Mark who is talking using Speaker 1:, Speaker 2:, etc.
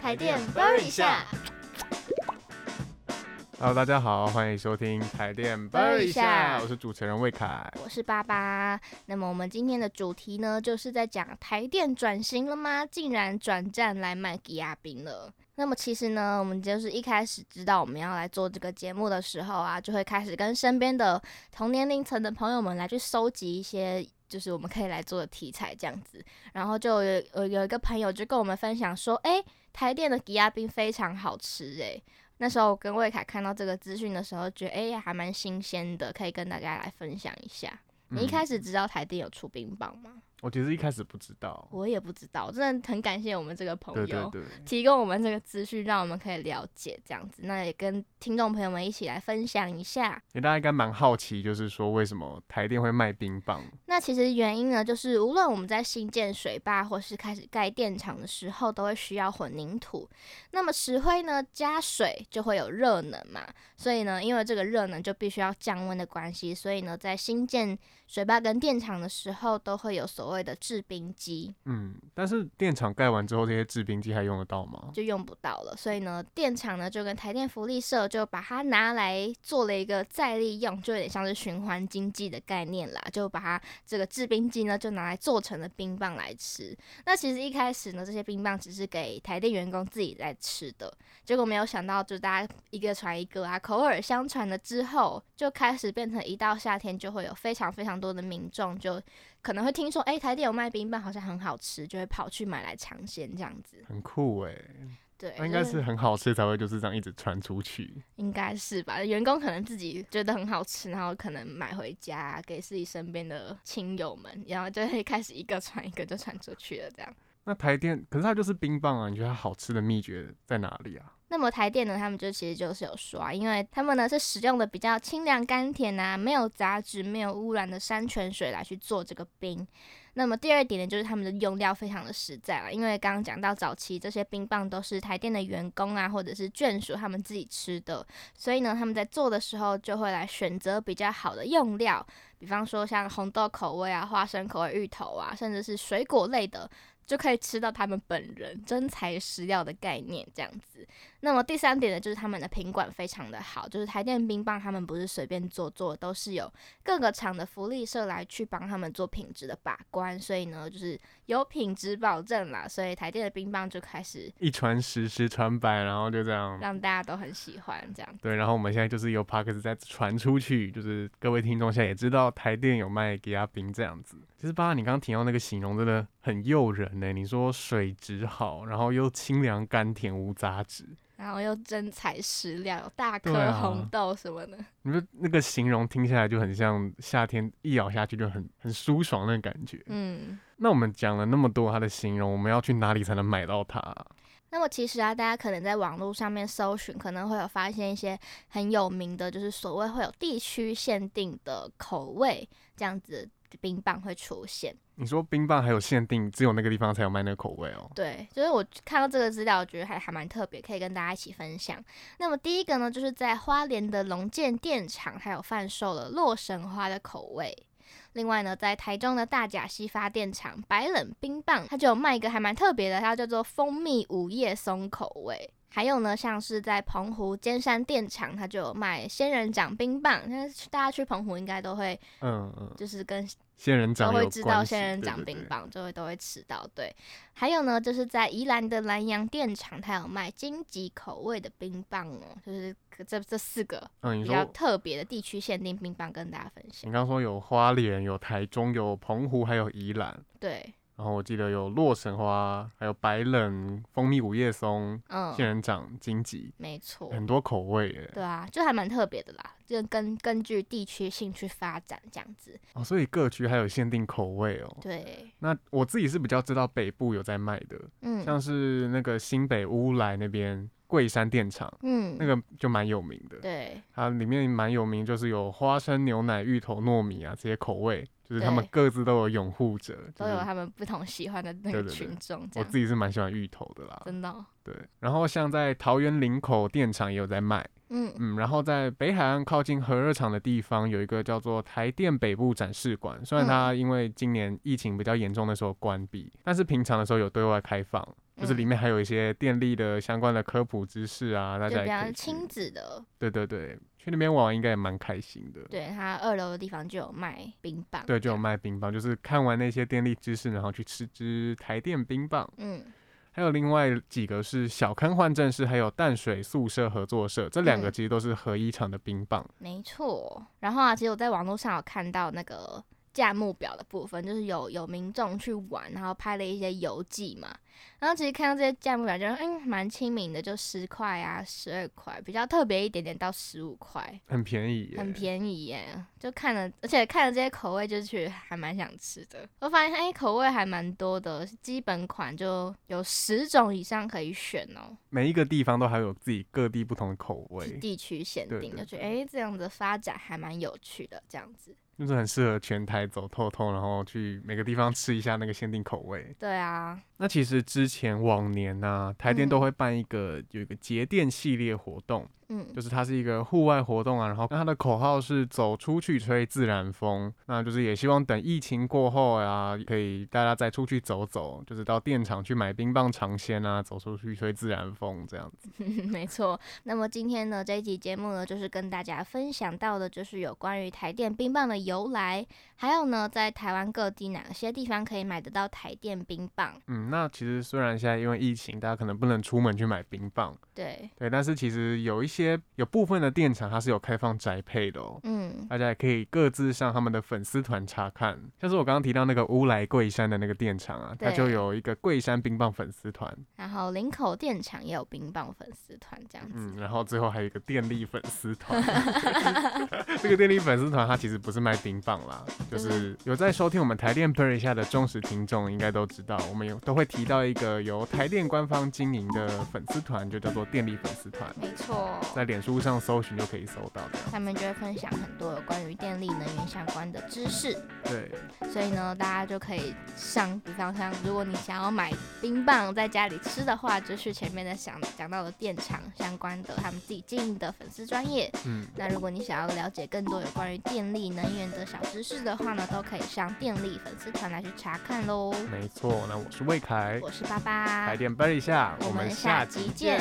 Speaker 1: 台电 Bar 一下
Speaker 2: Hello，大家好，欢迎收听台电
Speaker 1: 啵一下
Speaker 2: 我是主持人魏凯。
Speaker 1: 我是爸爸。那么我们今天的主题呢，就是在讲台电转型了吗？竟然转战来卖吉亚冰了。那么其实呢，我们就是一开始知道我们要来做这个节目的时候啊，就会开始跟身边的同年龄层的朋友们来去收集一些。就是我们可以来做的题材这样子，然后就有有有一个朋友就跟我们分享说，诶，台电的吉亚冰非常好吃哎诶、那时候我跟魏凯看到这个资讯的时候，觉得哎、还蛮新鲜的，可以跟大家来分享一下。你一开
Speaker 2: 嗯
Speaker 1: 始知道台电有出冰棒吗？
Speaker 2: 我其实一开始不知道，
Speaker 1: 我也不知道，真的很感谢我们这个朋友
Speaker 2: 对对对，
Speaker 1: 提供我们这个资讯，让我们可以了解这样子。那也跟听众朋友们一起来分享一下。
Speaker 2: 因为大家应该蛮好奇，就是说为什么台电会卖冰棒？
Speaker 1: 那其实原因呢，就是无论我们在新建水坝或是开始盖电厂的时候，都会需要混凝土。那么石灰呢，加水就会有热能嘛，所以呢，因为这个热能就必须要降温的关系，所以呢，在新建水坝跟电厂的时候，都会有所谓的制冰机，
Speaker 2: 嗯，但是电厂盖完之后，这些制冰机还用得到吗？
Speaker 1: 就用不到了。所以呢，电厂呢就跟台电福利社就把它拿来做了一个再利用，就有点像是循环经济的概念啦，就把它这个制冰机呢就拿来做成了冰棒来吃。那其实一开始呢，这些冰棒只是给台电员工自己在吃的，结果没有想到，就大家一个传一个啊，口耳相传了之后，就开始变成一到夏天就会有非常非常多的民众就可能会听说，哎、台电有卖冰棒，好像很好吃，就会跑去买来尝鲜这样子。
Speaker 2: 很酷哎、
Speaker 1: 对，
Speaker 2: 那应该
Speaker 1: 就是
Speaker 2: 是很好吃才会就是这样一直传出去。
Speaker 1: 应该是吧？员工可能自己觉得很好吃，然后可能买回家给自己身边的亲友们，然后就会开始一个传一个就传出去了这样。
Speaker 2: 那台电，可是它就是冰棒啊，你觉得它好吃的秘诀在哪里啊？
Speaker 1: 那么台电呢，他们就其实就是有说啊，因为他们呢是使用的比较清凉甘甜啊，没有杂质、没有污染的山泉水来去做这个冰。那么第二点呢，就是他们的用料非常的实在啊，因为刚刚讲到早期这些冰棒都是台电的员工啊，或者是眷属他们自己吃的，所以呢，他们在做的时候就会来选择比较好的用料，比方说像红豆口味啊、花生口味、芋头啊，甚至是水果类的，就可以吃到他们本人真材实料的概念这样子。那么第三点呢，就是他们的品管非常的好，就是台电冰棒他们不是随便做做，都是有各个厂的福利社来去帮他们做品质的把关，所以呢，就是有品质保证啦，所以台电的冰棒就开始
Speaker 2: 一传十，十传百，然后就这样。
Speaker 1: 让大家都很喜欢这样。
Speaker 2: 对，然后我们现在就是由 p a r k s 在传出去，就是各位听众现在也知道台电有卖给亚冰这样子。其实爸爸，你刚刚提到那个形容真的很诱人呢、你说水质好，然后又清凉甘甜无杂质，
Speaker 1: 然后又真材实料，有大颗
Speaker 2: 对啊
Speaker 1: 红豆什么的，
Speaker 2: 你说那个形容听下来就很像夏天一咬下去就很很舒爽那个感觉。
Speaker 1: 嗯。
Speaker 2: 那我们讲了那么多它的形容，我们要去哪里才能买到它啊？
Speaker 1: 那么其实啊，大家可能在网络上面搜寻，可能会有发现一些很有名的，就是所谓会有地区限定的口味这样子的冰棒会出现。
Speaker 2: 你说冰棒还有限定，只有那个地方才有卖那个口味哦。
Speaker 1: 对，就是我看到这个资料，我觉得还还蛮特别，可以跟大家一起分享。那么第一个呢，就是在花莲的龙建电厂，它有贩售了洛神花的口味。另外呢，在台中的大甲溪发电厂白冷冰棒，它就有卖一个还蛮特别的，它叫做蜂蜜午夜松口味。还有呢，像是在澎湖尖山电厂，它就有卖仙人掌冰棒。那大家去澎湖应该都会，
Speaker 2: 嗯嗯，
Speaker 1: 就是跟
Speaker 2: 仙人
Speaker 1: 都
Speaker 2: 掌有
Speaker 1: 会知道
Speaker 2: 关系
Speaker 1: 仙人掌冰，棒，就会都会吃到。对，还有呢，就是在宜兰的南洋电厂，它有卖荆棘口味的冰棒哦，就是这这四个
Speaker 2: 对对对嗯，你
Speaker 1: 比较
Speaker 2: 说
Speaker 1: 特别的地区限定冰棒跟大家分
Speaker 2: 你
Speaker 1: 享。
Speaker 2: 刚说有花莲、有台中、有澎湖，还有宜兰，
Speaker 1: 对，
Speaker 2: 然后我记得有洛神花，还有白冷、蜂蜜午夜松、
Speaker 1: 嗯，
Speaker 2: 仙人掌、荆棘，
Speaker 1: 没错，
Speaker 2: 很多口味耶。
Speaker 1: 对啊，就还蛮特别的啦，就根根据地区性去发展这样子。
Speaker 2: 哦，所以各区还有限定口味哦。
Speaker 1: 对，
Speaker 2: 那我自己是比较知道北部有在卖的，
Speaker 1: 嗯
Speaker 2: 像是那个新北乌来那边桂山电厂，
Speaker 1: 嗯，
Speaker 2: 那个就蛮有名的。
Speaker 1: 对
Speaker 2: 它里面蛮有名，就是有花生、牛奶、芋头、糯米啊这些口味，就是他们
Speaker 1: 对
Speaker 2: 各自都有拥护者。就
Speaker 1: 都有
Speaker 2: 是
Speaker 1: 他们不同喜欢的那
Speaker 2: 嗯对
Speaker 1: 个
Speaker 2: 对对
Speaker 1: 群众这
Speaker 2: 我
Speaker 1: 样。
Speaker 2: 自己是蛮喜欢芋头的啦，
Speaker 1: 真的哦，
Speaker 2: 对。然后像在桃园林口电厂也有在卖，
Speaker 1: 嗯，
Speaker 2: 嗯，然后在北海岸靠近核热厂的地方有一个叫做台电北部展示馆，
Speaker 1: 嗯
Speaker 2: 虽然它因为今年疫情比较严重的时候关闭，但是平常的时候有对外开放。
Speaker 1: 嗯
Speaker 2: 就是里面还有一些电力的相关的科普知识啊，大
Speaker 1: 就
Speaker 2: 家
Speaker 1: 比
Speaker 2: 也可
Speaker 1: 较
Speaker 2: 以去
Speaker 1: 亲。子的，
Speaker 2: 对对对，去那边玩应该也蛮开心的。
Speaker 1: 对，它二楼的地方就有卖冰棒，
Speaker 2: 对，就有卖冰棒，就是看完那些电力知识，然后去吃支台电冰棒。
Speaker 1: 嗯，
Speaker 2: 还有另外几个是小坑换证室，还有淡水宿舍合作社，这两个
Speaker 1: 嗯
Speaker 2: 其实都是合一厂的冰棒。
Speaker 1: 没错。然后啊，其实我在网络上有看到那个价目表的部分，就是有有民众去玩，然后拍了一些游记嘛。然后其实看到这些价目表就，嗯蛮亲民的，就十块啊、十二块，比较特别一点点到十五块，
Speaker 2: 很便宜耶，
Speaker 1: 很便宜耶。就看了，而且看了这些口味，就去还蛮想吃的。我发现哎、口味还蛮多的，基本款就有十种以上可以选哦。
Speaker 2: 每一个地方都还有自己各地不同的口
Speaker 1: 是
Speaker 2: 味，
Speaker 1: 地区限
Speaker 2: 对
Speaker 1: 定，
Speaker 2: 对
Speaker 1: 就觉得哎、诶这样的发展还蛮有趣的，这样子。
Speaker 2: 就是很适合全台走透透，然后去每个地方吃一下那个限定口味。
Speaker 1: 对啊，
Speaker 2: 那其实之前往年呢、台电都会办一个、有一个节电系列活动，
Speaker 1: 嗯
Speaker 2: 就是它是一个户外活动啊，然后那它的口号是走出去吹自然风，那就是也希望等疫情过后啊，可以大家再出去走走，就是到电厂去买冰棒尝鲜啊，走出去吹自然风这样子。
Speaker 1: 没错。那么今天呢，这一集节目呢，就是跟大家分享到的，就是有关于台电冰棒的由来，还有呢，在台湾各地哪些地方可以买得到台电冰棒。
Speaker 2: 嗯，那其实虽然现在因为疫情，大家可能不能出门去买冰棒，
Speaker 1: 对，
Speaker 2: 对，但是其实有一些有部分的电厂它是有开放宅配的哦。
Speaker 1: 嗯，
Speaker 2: 大家也可以各自上他们的粉丝团查看，像是我刚刚提到那个乌来桂山的那个电厂啊，它
Speaker 1: 对
Speaker 2: 就有一个桂山冰棒粉丝团，
Speaker 1: 然后林口电厂也有冰棒粉丝团这样子。
Speaker 2: 嗯，然后最后还有一个电力粉丝团， 这个电力粉丝团它其实不是卖冰棒啦，就
Speaker 1: 就是
Speaker 2: 有在收听我们台电 per 一下的忠实听众应该都知道，我们有都会提到一个由台电官方经营的粉丝团，就叫做电力粉丝团，
Speaker 1: 没错，
Speaker 2: 在脸书上搜寻就可以搜到的。
Speaker 1: 他们就会分享很多有关于电力能源相关的知识。
Speaker 2: 对，
Speaker 1: 所以呢，大家就可以上，比方像，如果你想要买冰棒在家里吃的话，就去前面的想讲到的电厂相关的他们自己经营的粉丝专业。
Speaker 2: 嗯，
Speaker 1: 那如果你想要了解更多有关于电力能源的小知识的话呢，都可以上电力粉丝团来去查看喽。
Speaker 2: 没错，那我是魏凯，
Speaker 1: 我是爸爸
Speaker 2: 台，电 per 一下，
Speaker 1: 我们下集见。